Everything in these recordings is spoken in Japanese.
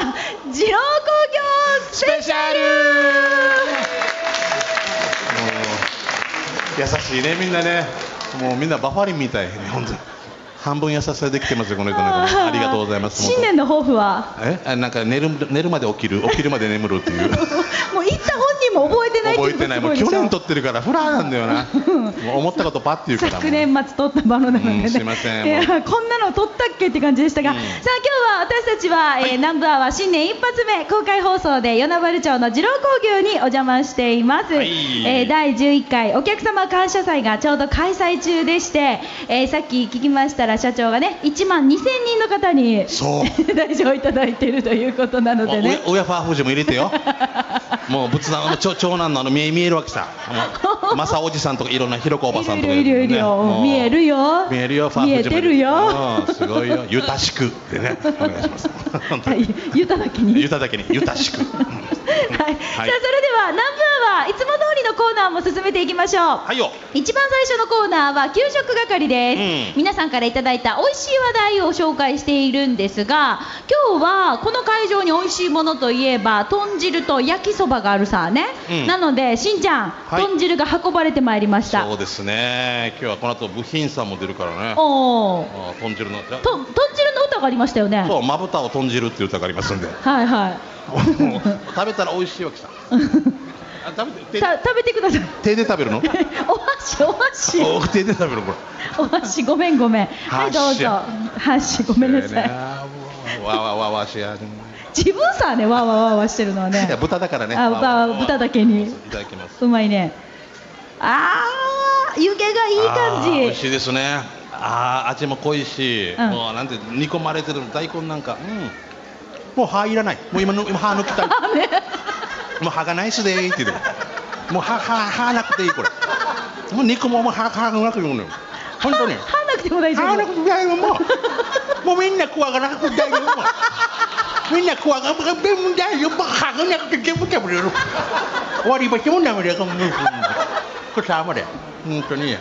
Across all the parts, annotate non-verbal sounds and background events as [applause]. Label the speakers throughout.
Speaker 1: 二郎工業スペシャル
Speaker 2: 優しいねみんなねもうみんなバファリンみたい本当に半分優しさできてますよこの人なんかもありがとうございます
Speaker 1: 新年の抱負は
Speaker 2: えあなんか寝る寝るまで起きる起きるまで眠るって
Speaker 1: [laughs]
Speaker 2: いう
Speaker 1: もう行った本人も覚えてない
Speaker 2: 覚えてないもう去年
Speaker 1: と
Speaker 2: 撮ってるからフラーなんだよなもう思ったことパッて言うからもう
Speaker 1: 昨年末撮ったものなので、ね
Speaker 2: うんすいません
Speaker 1: いや
Speaker 2: も
Speaker 1: こんなの撮ったっけって感じでしたが、
Speaker 2: うん
Speaker 1: さあ今日は私たちは、えー、ナンバーは新年一発目公開放送で与那原町の二郎工業にお邪魔しています、
Speaker 2: はい
Speaker 1: えー第11回お客様感謝祭がちょうど開催中でして、えーさっき聞きましたら社長がね1万2000人の方に
Speaker 2: そう
Speaker 1: [laughs] 来場いただいているということなのでね
Speaker 2: お親ファーフジも入れ
Speaker 1: [laughs]
Speaker 2: てよもう仏壇の長長男のあの見え見えるわけさ
Speaker 1: [laughs]
Speaker 2: もうマサおじさんとかいろんなひろこおばさん
Speaker 1: い
Speaker 2: と
Speaker 1: る
Speaker 2: か
Speaker 1: いるいるよ、見える
Speaker 2: よ
Speaker 1: よ
Speaker 2: 見えるよファーフジ
Speaker 1: 見
Speaker 2: も
Speaker 1: えてるよ
Speaker 2: うんすごいよゆたしくでねお願いします [laughs] 本当
Speaker 1: は
Speaker 2: に
Speaker 1: い、
Speaker 2: [laughs]
Speaker 1: 言っただけに
Speaker 2: ゆただけにゆたしくう
Speaker 1: は
Speaker 2: ん
Speaker 1: い、さあそれでは南部アワーいつも通りのコーナーも進めていきましょう、
Speaker 2: はいよ
Speaker 1: 一番最初のコーナーは給食係です、
Speaker 2: うん
Speaker 1: 皆さんからいただいた美味しい話題を紹介しているんですが今日はこの会場に美味しいものといえば豚汁と焼きそばがあるさね、
Speaker 2: うん
Speaker 1: なのでしんちゃん、
Speaker 2: い
Speaker 1: 豚汁が運ばれてまいりました
Speaker 2: そうですね今日はこの後部品さんも出るからね
Speaker 1: おお
Speaker 2: あ豚汁のじゃ
Speaker 1: と豚汁の歌がありましたよね
Speaker 2: そうまぶたを豚汁っていう歌がありま
Speaker 1: [laughs]
Speaker 2: すんで
Speaker 1: はいはい
Speaker 2: もう食べたら美味しいわけさあ食べ
Speaker 1: [laughs]
Speaker 2: て手
Speaker 1: さ食べてください
Speaker 2: 手で食べるの
Speaker 1: お箸お箸
Speaker 2: お手で食べるのこれ
Speaker 1: お箸ごめんごめん
Speaker 2: [laughs]
Speaker 1: はいどうぞ箸ごめんなさい
Speaker 2: わわわわしや。い
Speaker 1: 自分さねわーわーわーわーしてるのはね
Speaker 2: や豚だからね。
Speaker 1: あ
Speaker 2: わわわわ
Speaker 1: 豚豚だけに
Speaker 2: いただきます。
Speaker 1: うまいねあー湯気がいい感
Speaker 2: あー美味
Speaker 1: じ
Speaker 2: しいですね。ああ味も濃いし、
Speaker 1: うん
Speaker 2: もうなんて煮込まれてる大根なんか、うん、もう歯いらない。もう今の今歯抜き
Speaker 1: [laughs]
Speaker 2: たい。もう歯がないっすでーって言って。もう歯歯歯なくていいこれ。もう肉ももう歯歯がなくていいのよ。本当に。
Speaker 1: [laughs] 歯なくても大丈
Speaker 2: 歯な
Speaker 1: 夫
Speaker 2: くていいよもう。もうみんな怖がらなくていいよもう。みんな怖がらなくていいよもう歯がなくて全部食べれる。終わり場所もダメだよ。もううんこれさまで。本当に。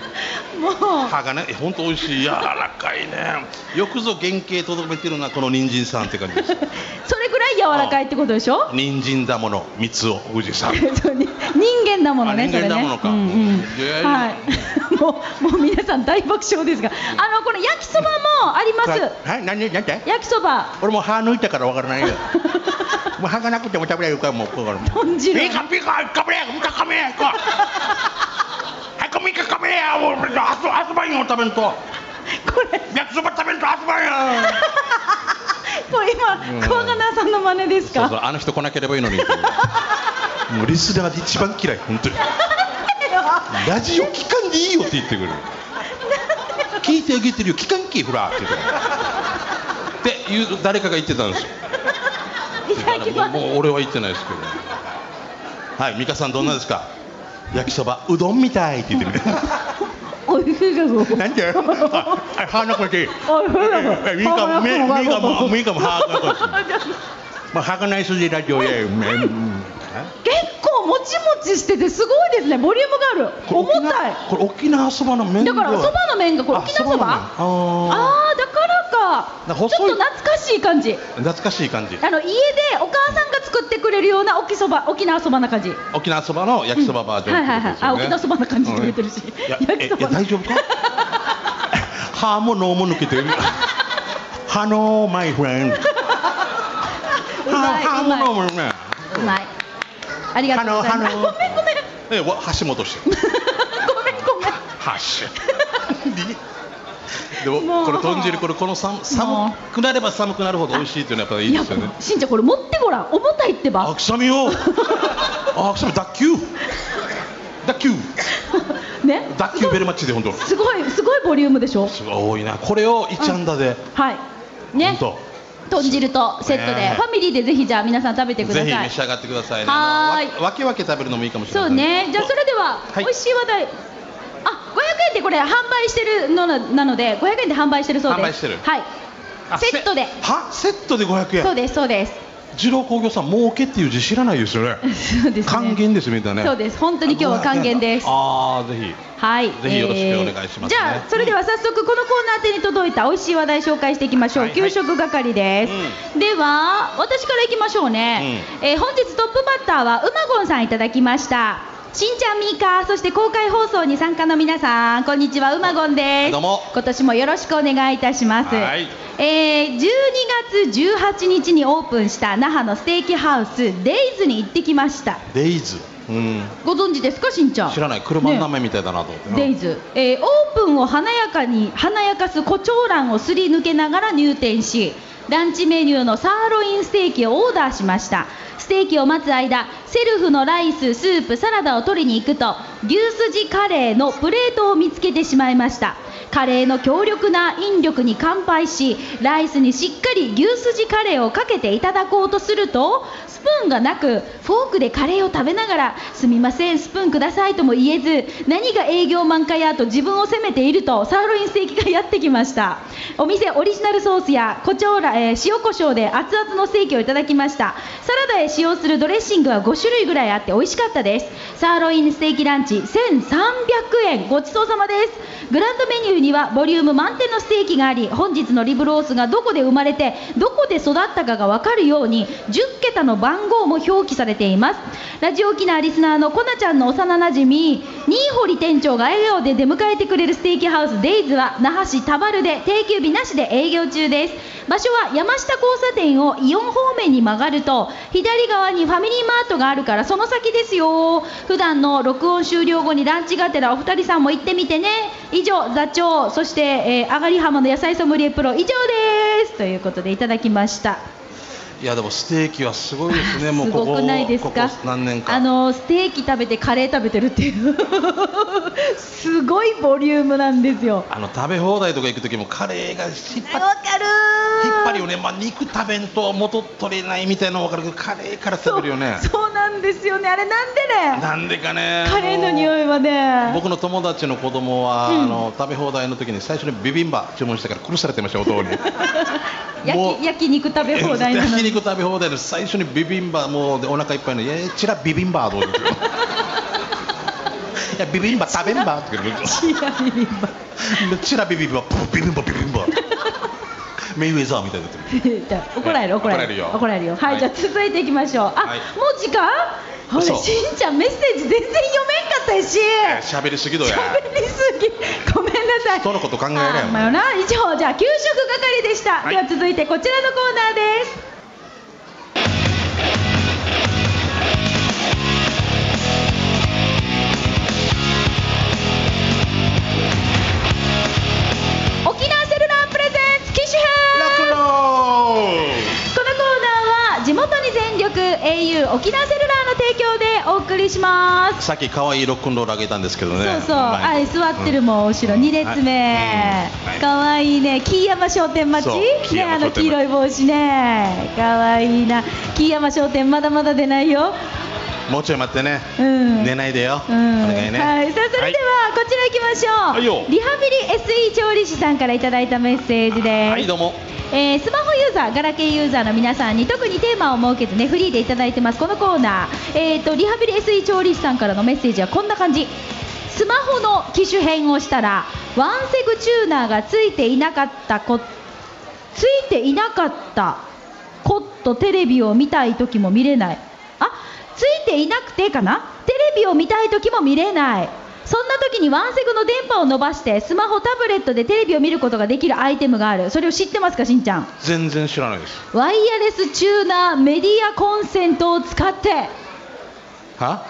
Speaker 1: もう
Speaker 2: 歯がね、本当美味しい、柔らかいね。よくぞ原型とどめてるな、この人参さんって感じ [laughs] です。
Speaker 1: それぐらい柔らかいってことでしょ
Speaker 2: 人参だもの、三つを、富士山。
Speaker 1: そうに人間だものね
Speaker 2: あ
Speaker 1: それね
Speaker 2: 人間だものか
Speaker 1: うんうん
Speaker 2: いやいや
Speaker 1: はいもうもう皆さん大爆笑ですがあのこの焼きそばもあります
Speaker 2: はい、なんで、なんて。
Speaker 1: 焼きそば [laughs]
Speaker 2: 俺も歯抜いたからわからない [laughs] よ。もう歯がなくても食べられるから、もう、これから。
Speaker 1: 豚汁
Speaker 2: ピカピカ、かぶれ、むたかめ、こ [laughs] う。はい、かみかかめや、もう、あそ、あそばいを食べんと。
Speaker 1: これ
Speaker 2: 焼きそば食べんと、あそばいよ。
Speaker 1: これ今怖がなさんの真似です
Speaker 2: そう
Speaker 1: [laughs]
Speaker 2: そう
Speaker 1: か
Speaker 2: あの人来なければいいのに [laughs] もうリスナーで一番嫌い本当にラジオ聞かんでいいよって言ってくる聞いてあげてるよ聞かんけほらって言っていう誰かが言ってたんですよ
Speaker 1: いただきます
Speaker 2: もうもう俺は言ってないですけどはい美香さんどんなですか焼きそばうどんみたいって言ってみて
Speaker 1: おいしいです
Speaker 2: なんでああ歯なくていい
Speaker 1: [laughs] おいしいです
Speaker 2: [laughs] えミカもミミカもミカも歯がなくていい
Speaker 1: 結
Speaker 2: まあ歯がない筋ラジオやよ
Speaker 1: 構もちもちしててすごいですねボリュームがある
Speaker 2: これ沖
Speaker 1: 重
Speaker 2: 縄
Speaker 1: たい
Speaker 2: これ沖縄そばの麺
Speaker 1: だからそばの麺がこれ
Speaker 2: あ
Speaker 1: 沖縄そば
Speaker 2: そばの麺あ
Speaker 1: ああーだから
Speaker 2: な
Speaker 1: かちょっ
Speaker 2: 細
Speaker 1: と
Speaker 2: い
Speaker 1: 懐かしい感じ
Speaker 2: ー懐かしい感じ
Speaker 1: あの家でお母さんが作ってくれるような沖そば沖縄そばな感じは
Speaker 2: 沖縄そばの焼きそばバージ
Speaker 1: い
Speaker 2: ョン
Speaker 1: はい
Speaker 2: っ
Speaker 1: は
Speaker 2: てことで
Speaker 1: い
Speaker 2: す
Speaker 1: あ
Speaker 2: よね、
Speaker 1: 沖縄そばな感じって言ってるし
Speaker 2: いや
Speaker 1: 焼
Speaker 2: え
Speaker 1: き
Speaker 2: い
Speaker 1: そば
Speaker 2: や大丈夫か [laughs] 歯も脳も抜けてる歯のマイフレンド
Speaker 1: うまい
Speaker 2: 歯も脳もね
Speaker 1: うまいありがとうございます
Speaker 2: あ
Speaker 1: あ
Speaker 2: のあの
Speaker 1: ごめんごめん
Speaker 2: えわ橋
Speaker 1: [laughs]
Speaker 2: 本してる
Speaker 1: ごめんごめん
Speaker 2: 橋で
Speaker 1: もう
Speaker 2: もこれ豚汁これこの寒
Speaker 1: も
Speaker 2: 寒くなれば寒くなるほど美味しいっていうのはやっぱりいいですよね
Speaker 1: やしんちゃんこれ持ってごらん重たいってば
Speaker 2: あくしゃ
Speaker 1: [laughs]
Speaker 2: みをあくしゃみ脱臼脱臼
Speaker 1: ね
Speaker 2: 脱臼ベルマッチで本当
Speaker 1: すごいすごいボリュームでしょ
Speaker 2: すごい多いなこれを1アンダーで、
Speaker 1: はいね
Speaker 2: ほんと
Speaker 1: 豚汁とセットで、
Speaker 2: ねえ
Speaker 1: ファミリーでぜひじゃあ皆さん食べてくださ
Speaker 2: ぜ
Speaker 1: い
Speaker 2: ひ召し上がってくださいね
Speaker 1: はーい
Speaker 2: あのわ分け分け食べるのもいいかもしれ
Speaker 1: そ
Speaker 2: な
Speaker 1: う
Speaker 2: い
Speaker 1: ねじゃあそれでは、
Speaker 2: はい
Speaker 1: 美味しい話題あ500円でこれ販売してるのななので500円で販売してるそうです
Speaker 2: 販売してる
Speaker 1: はい
Speaker 2: あ
Speaker 1: セットで
Speaker 2: せはセットで500円
Speaker 1: そうですそうです
Speaker 2: 二郎工業さん儲けっていう字知らないですよね
Speaker 1: [laughs] そうですね
Speaker 2: 還元ですみたいなね
Speaker 1: そうです本当に今日は還元です
Speaker 2: ああぜひ
Speaker 1: はい、
Speaker 2: ぜひよろしくお願いしますね
Speaker 1: じゃあそれでは早速このコーナー宛てに届いた美味しい話題紹介していきましょう、
Speaker 2: はいはい
Speaker 1: 給食係です、では私からいきましょうね、えー本日トップバッターはうまごんさんいただきましたしんちゃんみーかそして公開放送に参加の皆さんこんにちはうまごんです
Speaker 2: どうも
Speaker 1: 今年もよろしくお願いいたします、
Speaker 2: はい
Speaker 1: えー12月18日にオープンした那覇のステーキハウスデイズに行ってきました
Speaker 2: デイズうん
Speaker 1: ご存知ですかしんちゃん
Speaker 2: 知らない車の名
Speaker 1: ね
Speaker 2: 前みたいだなと思って、
Speaker 1: デイズ、えーオープンを華やかに華やかす胡蝶蘭をすり抜けながら入店しランチメニューのサーロインステーキをオーダーしましたステーキを待つ間セルフのライススープサラダを取りに行くと牛すじカレーのプレートを見つけてしまいましたカレーの強力な引力に乾杯しライスにしっかり牛すじカレーをかけていただこうとするとスプーンがなくフォークでカレーを食べながら「すみませんスプーンください」とも言えず何が営業マンかやと自分を責めているとサーロインステーキがやってきましたお店オリジナルソースや胡蝶ら、えー塩コショウで熱々のステーキをいただきましたサラダへ使用するドレッシングは5種類ぐらいあって美味しかったですサーロインステーキランチ1300円ごちそうさまですグランドメニューにはボリューム満点のステーキがあり本日のリブロースがどこで生まれてどこで育ったかが分かるように10桁の番号も表記されていますラジオ沖縄リスナーのコナちゃんの幼なじみ新堀店長が笑顔で出迎えてくれるステーキハウスデイズは那覇市田原で定休日なしで営業中です場所は山下交差点をイオン方面に曲がると左側にファミリーマートがあるからその先ですよ普段の録音終了後にランチがてらお二人さんも行ってみてね以上座長そして、えー、上がり浜の野菜ソムリエプロ以上ですということでいただきました
Speaker 2: いやでもステーキはすごいですねもう
Speaker 1: [laughs] す
Speaker 2: ここ
Speaker 1: ごくないですか
Speaker 2: ここ何年か
Speaker 1: あのステーキ食べてカレー食べてるっていう [laughs] すごいボリュームなんですよ
Speaker 2: あの食べ放題とか行く時もカレーが引っ張っ
Speaker 1: わかるー
Speaker 2: 引っ張るよね、まあ、肉食べんと元取れないみたいなの分かるけどカレーから食べるよね
Speaker 1: そうそうなんですよねあれなんでね
Speaker 2: なんでかね
Speaker 1: カレーの匂
Speaker 2: い
Speaker 1: いはね
Speaker 2: 僕の友達の子供は、
Speaker 1: うん
Speaker 2: あの食べ放題の時に最初にビビンバ注文したから殺されてましたお通り
Speaker 1: 焼き焼肉食べ放題なの
Speaker 2: [laughs] 焼
Speaker 1: に
Speaker 2: 肉食べ放題の最初にビビンバもうでお腹いっぱいの「いやいやちらビビンバはどう
Speaker 1: [laughs]
Speaker 2: ですよ」いやビビンバ食べんば」って言うから
Speaker 1: チラビビンバ
Speaker 2: チラビビンバビビンバビビンバメイウェザーみたいになってる
Speaker 1: [laughs] じゃあ怒られる怒られる
Speaker 2: 怒られるよ
Speaker 1: 怒られるよはい、
Speaker 2: はい
Speaker 1: じゃあ続いていきましょうあ、
Speaker 2: はい
Speaker 1: もう時間ほら
Speaker 2: 嘘
Speaker 1: しんちゃんメッセージ全然読めんかったし
Speaker 2: 喋りすぎどや
Speaker 1: 喋りすぎごめんなさい
Speaker 2: 人のこと考えろよ
Speaker 1: あんまよな以上じゃあ給食係でした、
Speaker 2: はい
Speaker 1: では続いてこちらのコーナーです沖縄セルラープレゼンツ機種編
Speaker 2: ラク
Speaker 1: こ
Speaker 2: ロー
Speaker 1: のコーナーは地元に全力 au 沖縄セルラーの提供でお送りします
Speaker 2: さっき可愛いロックンロールあげたんですけどね。
Speaker 1: そうそう、あ
Speaker 2: 前に
Speaker 1: 座ってるもん、後ろ、
Speaker 2: うん
Speaker 1: 2列目
Speaker 2: はいうんは、い
Speaker 1: かわいいね、木山商店町
Speaker 2: そう、木
Speaker 1: ね、
Speaker 2: 山
Speaker 1: あの
Speaker 2: 商店町
Speaker 1: 黄色い帽子ね、かわいいな、木山商店、まだまだ出ないよ、
Speaker 2: もうちょい待ってね。
Speaker 1: うん
Speaker 2: 寝ないでよ。
Speaker 1: う
Speaker 2: お
Speaker 1: ん
Speaker 2: 願いね。
Speaker 1: はい、さあそれではこちら行きましょう、
Speaker 2: はいよ
Speaker 1: リハビリ SE 調理師さんからいただいたメッセージです、
Speaker 2: はい、どうも。
Speaker 1: えースマホユーザー、ガラケーユーザーの皆さんに特にテーマを設けて、ね、フリーでいただいてます、このコーナー、えー、とリハビリ SE 調理師さんからのメッセージはこんな感じ、スマホの機種変をしたら、ワンセグチューナーがついていなかったこついていなかったコットテレビを見たい時も見れないあついていなくてかなテレビを見たい時も見れないそんな時にワンセグの電波を伸ばしてスマホタブレットでテレビを見ることができるアイテムがあるそれを知ってますかしんちゃん
Speaker 2: 全然知らないです。
Speaker 1: ワイヤレスチューナーメディアコンセントを使って [laughs]
Speaker 2: は？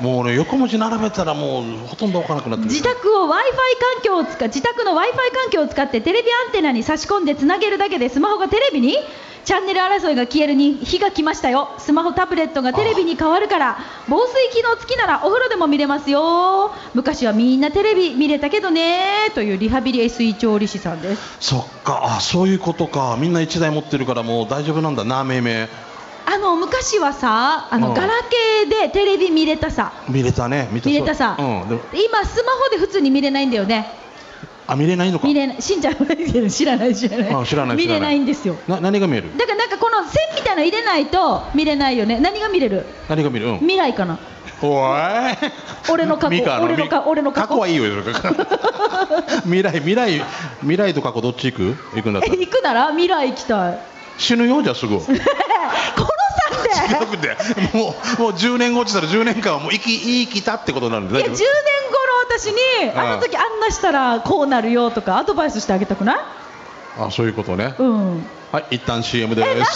Speaker 2: もうね横文字並べたらもうほとんどわからなくなってる。
Speaker 1: 自宅を w i f i 環境を使自宅の w i f i 環境を使ってテレビアンテナに差し込んでつなげるだけでスマホがテレビにチャンネル争いが消えるに火が来ましたよスマホタブレットがテレビに変わるから防水機能付きならお風呂でも見れますよ昔はみんなテレビ見れたけどねというリハビリ SE 調理師さんです
Speaker 2: そっか、あ、そういうことか。みんな一台持ってるからもう大丈夫なんだな、めいめ
Speaker 1: あの昔はさあ
Speaker 2: う
Speaker 1: の
Speaker 2: ん
Speaker 1: ガラケーでテレビ見れたさ
Speaker 2: い。見れたね、見た。
Speaker 1: 見れたさ、
Speaker 2: うん。でも
Speaker 1: 今スマホで普通に見れないんだよね
Speaker 2: あ、見れないのか。
Speaker 1: 見れないしんちゃんは [laughs] 知らない知らない
Speaker 2: あ知らない知らない
Speaker 1: 見れないんですよ
Speaker 2: な、何が見える？
Speaker 1: だからなんかこのの線みたいなの入れないと見れないよね何が見れる
Speaker 2: 何が見るうん
Speaker 1: 未来かな
Speaker 2: おい
Speaker 1: 俺の過去
Speaker 2: ミカ
Speaker 1: 俺のか
Speaker 2: ミ
Speaker 1: 俺の過去
Speaker 2: 過去はい
Speaker 1: [laughs]
Speaker 2: いよそれ未来未来未来と過去どっち行く行くんだった
Speaker 1: え
Speaker 2: ら
Speaker 1: 行くなら未来行きたい
Speaker 2: 死ぬよじゃあすぐ
Speaker 1: 殺さんで
Speaker 2: よくてもうもう10年後落ちたら10年間はもう生き生きたってことなんで
Speaker 1: いや
Speaker 2: 大
Speaker 1: 10
Speaker 2: 丈
Speaker 1: 年
Speaker 2: 夫
Speaker 1: 後の私に
Speaker 2: うん
Speaker 1: あの時あんなしたらこうなるよとかアドバイスしてあげたくない
Speaker 2: あそういうことね
Speaker 1: うん
Speaker 2: はい一旦 CM で
Speaker 1: えなんですよ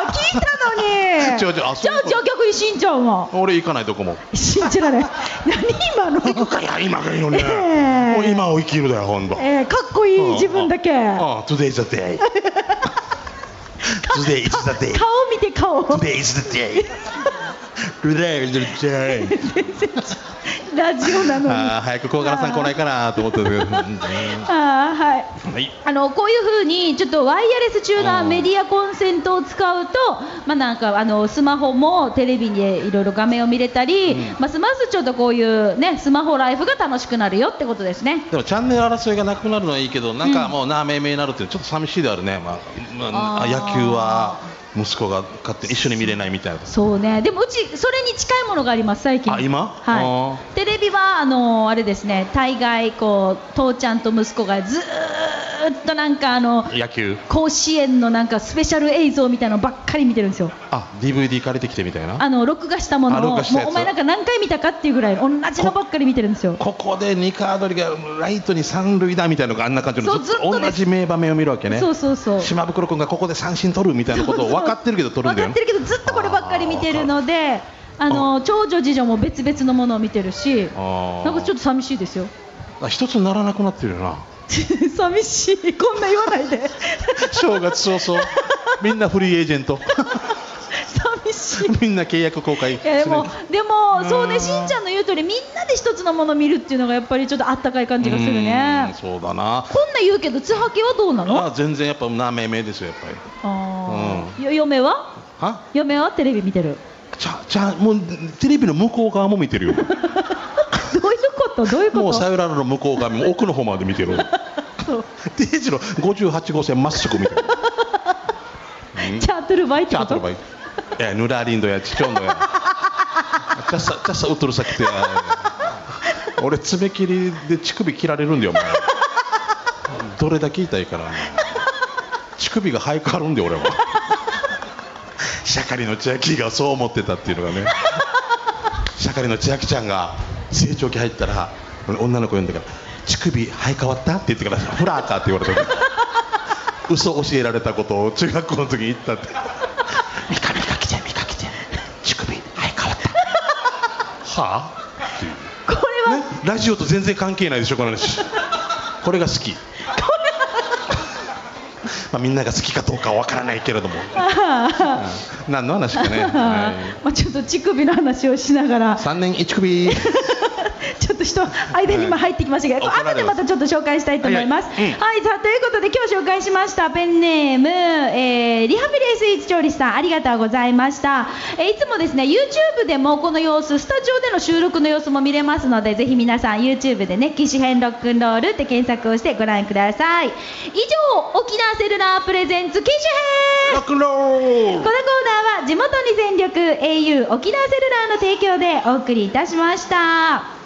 Speaker 1: 聞いたのに
Speaker 2: 違う違うあ
Speaker 1: じ
Speaker 2: そ
Speaker 1: ゃ
Speaker 2: う
Speaker 1: あじゃあ逆にしんちゃんは
Speaker 2: 俺行かないどこも
Speaker 1: 信じられない
Speaker 2: [laughs]
Speaker 1: 何今の
Speaker 2: 行くから今がいいのね、
Speaker 1: ええ
Speaker 2: もう今を生きるだよほんと
Speaker 1: えー、かっこいい自分だけ顔
Speaker 2: ああ Today is the day Today is the day
Speaker 1: 見て顔
Speaker 2: Today is the day Today is the day [laughs]
Speaker 1: ラジオなのにあ
Speaker 2: ああ早く小柄さん来ないかなと思ってたけどうん [laughs] は
Speaker 1: あーはい
Speaker 2: い
Speaker 1: あのこういうふうにちょっとワイヤレス中な
Speaker 2: うん
Speaker 1: メディアコンセントを使うと、まあ、なんかあのスマホもテレビでいろいろ画面を見れたり、
Speaker 2: うん
Speaker 1: ますますちょっとこういう、ね、スマホライフが楽しくなるよってことですね。
Speaker 2: でもチャンネル争いがなくなるのはいいけどなん
Speaker 1: う
Speaker 2: か
Speaker 1: ん
Speaker 2: もうなあめいめいになるっていうのはちょっと寂しいであるね、まあまあ、
Speaker 1: あー
Speaker 2: 野球は息子が勝手に一緒に見れないみたいな
Speaker 1: そうねでもうちそれに近いものがあります最近
Speaker 2: あ今あ
Speaker 1: は
Speaker 2: ー
Speaker 1: いテレビはあのあれですね大概こう父ちゃんと息子がずーっとなんかあの
Speaker 2: 野球
Speaker 1: 甲子園のなんかスペシャル映像みたいなのばっかり見てるんですよ
Speaker 2: あ DVD 借りてきてみたいな
Speaker 1: あの録画したもの
Speaker 2: あ
Speaker 1: を
Speaker 2: 録
Speaker 1: もう
Speaker 2: 画したやつ
Speaker 1: お前なんか何回見たかっていうぐらい同じのばっかり見てるんですよ
Speaker 2: ここで二カードリがライトに三塁だみたいなのがあんな感じの
Speaker 1: そう
Speaker 2: ずっと
Speaker 1: ずっとで
Speaker 2: 同
Speaker 1: す
Speaker 2: じ名場面を見るわけね
Speaker 1: そうそうそう
Speaker 2: 島袋君がここで三振取るみたいなことを分かってるけど取るんだよ
Speaker 1: 分かってるけどずっとこればっかり見てるのであの長女次女も別々のものを見てるし
Speaker 2: あー
Speaker 1: なんかちょっと寂しいですよ [laughs]
Speaker 2: あ一つにならなくなってるよな
Speaker 1: 寂しいこんな言わないで [laughs]
Speaker 2: 正月早々みんなフリーエージェント [laughs]
Speaker 1: 寂しい
Speaker 2: みんな契約更改
Speaker 1: いやでも
Speaker 2: しない
Speaker 1: でもそう
Speaker 2: う
Speaker 1: ね
Speaker 2: ん
Speaker 1: しんちゃんの言う通りみんなで一つのものを見るっていうのがやっぱりちょっとあったかい感じがする
Speaker 2: う
Speaker 1: ね
Speaker 2: んそうだな
Speaker 1: こんな言うけど津波家はどうなの
Speaker 2: あ全然やっぱなめめですよやっぱり
Speaker 1: あー
Speaker 2: う
Speaker 1: よ嫁は
Speaker 2: は
Speaker 1: 嫁はテレビ見てる
Speaker 2: ちゃちゃもうテレビの向こう側も見てる [laughs] よ
Speaker 1: どういうことどういうこ
Speaker 2: も
Speaker 1: と
Speaker 2: うさよならの向こう側も奥の方まで見て [laughs] る
Speaker 1: そう
Speaker 2: 定時の58号線まっすぐ見てる
Speaker 1: チャートルバイって
Speaker 2: チャ
Speaker 1: こ
Speaker 2: ー
Speaker 1: と
Speaker 2: トルバイ。え、ぬらりんどや、ちちょ
Speaker 1: [laughs]
Speaker 2: んどや。ちゃさ、ちゃさ、うっとるさくて。俺、爪切りで乳首切られるんだよ、お前。どれだけ痛いから、お前乳首が生え変わるんだよ、
Speaker 1: [laughs]
Speaker 2: 俺は。シャカリの千秋がそう思ってたっていうのがね。シャカリの千秋ちゃんが成長期入ったら、俺女の子呼んだから、乳首生え変わったって言ってから、フラーかって言われた。嘘教えられたことを中学校の時に言ったって「ミカミカ来てミカ来て乳首はい変わった」はあっていう
Speaker 1: これは、
Speaker 2: ねラジオと全然関係ないでしょこの話これが好きまあみんなが好きかどうかはわからないけれども
Speaker 1: あ
Speaker 2: うん何の話か [laughs] ね、
Speaker 1: ーまあちょっと乳首の話をしながら
Speaker 2: 3年1首
Speaker 1: ちょっと人間に今入ってきましたけど、
Speaker 2: は
Speaker 1: こ
Speaker 2: い
Speaker 1: れ後でまたちょっと紹介したいと思います。は、
Speaker 2: はいい
Speaker 1: はい
Speaker 2: はいうん
Speaker 1: さあということで今日紹介しましたペンネーム、えーリハビリエスイーツ調理師さんありがとうございました。えーいつもですね YouTube でもこの様子スタジオでの収録の様子も見れますのでぜひ皆さん YouTube でね機種編ロックンロールって検索をしてご覧ください。以上沖縄セルラープレゼンツ機種編
Speaker 2: ロッ。クンロ
Speaker 1: こ
Speaker 2: ー
Speaker 1: のコーナー
Speaker 2: ル
Speaker 1: は地元に全力 au 沖縄セルラーの提供でお送りいたしました。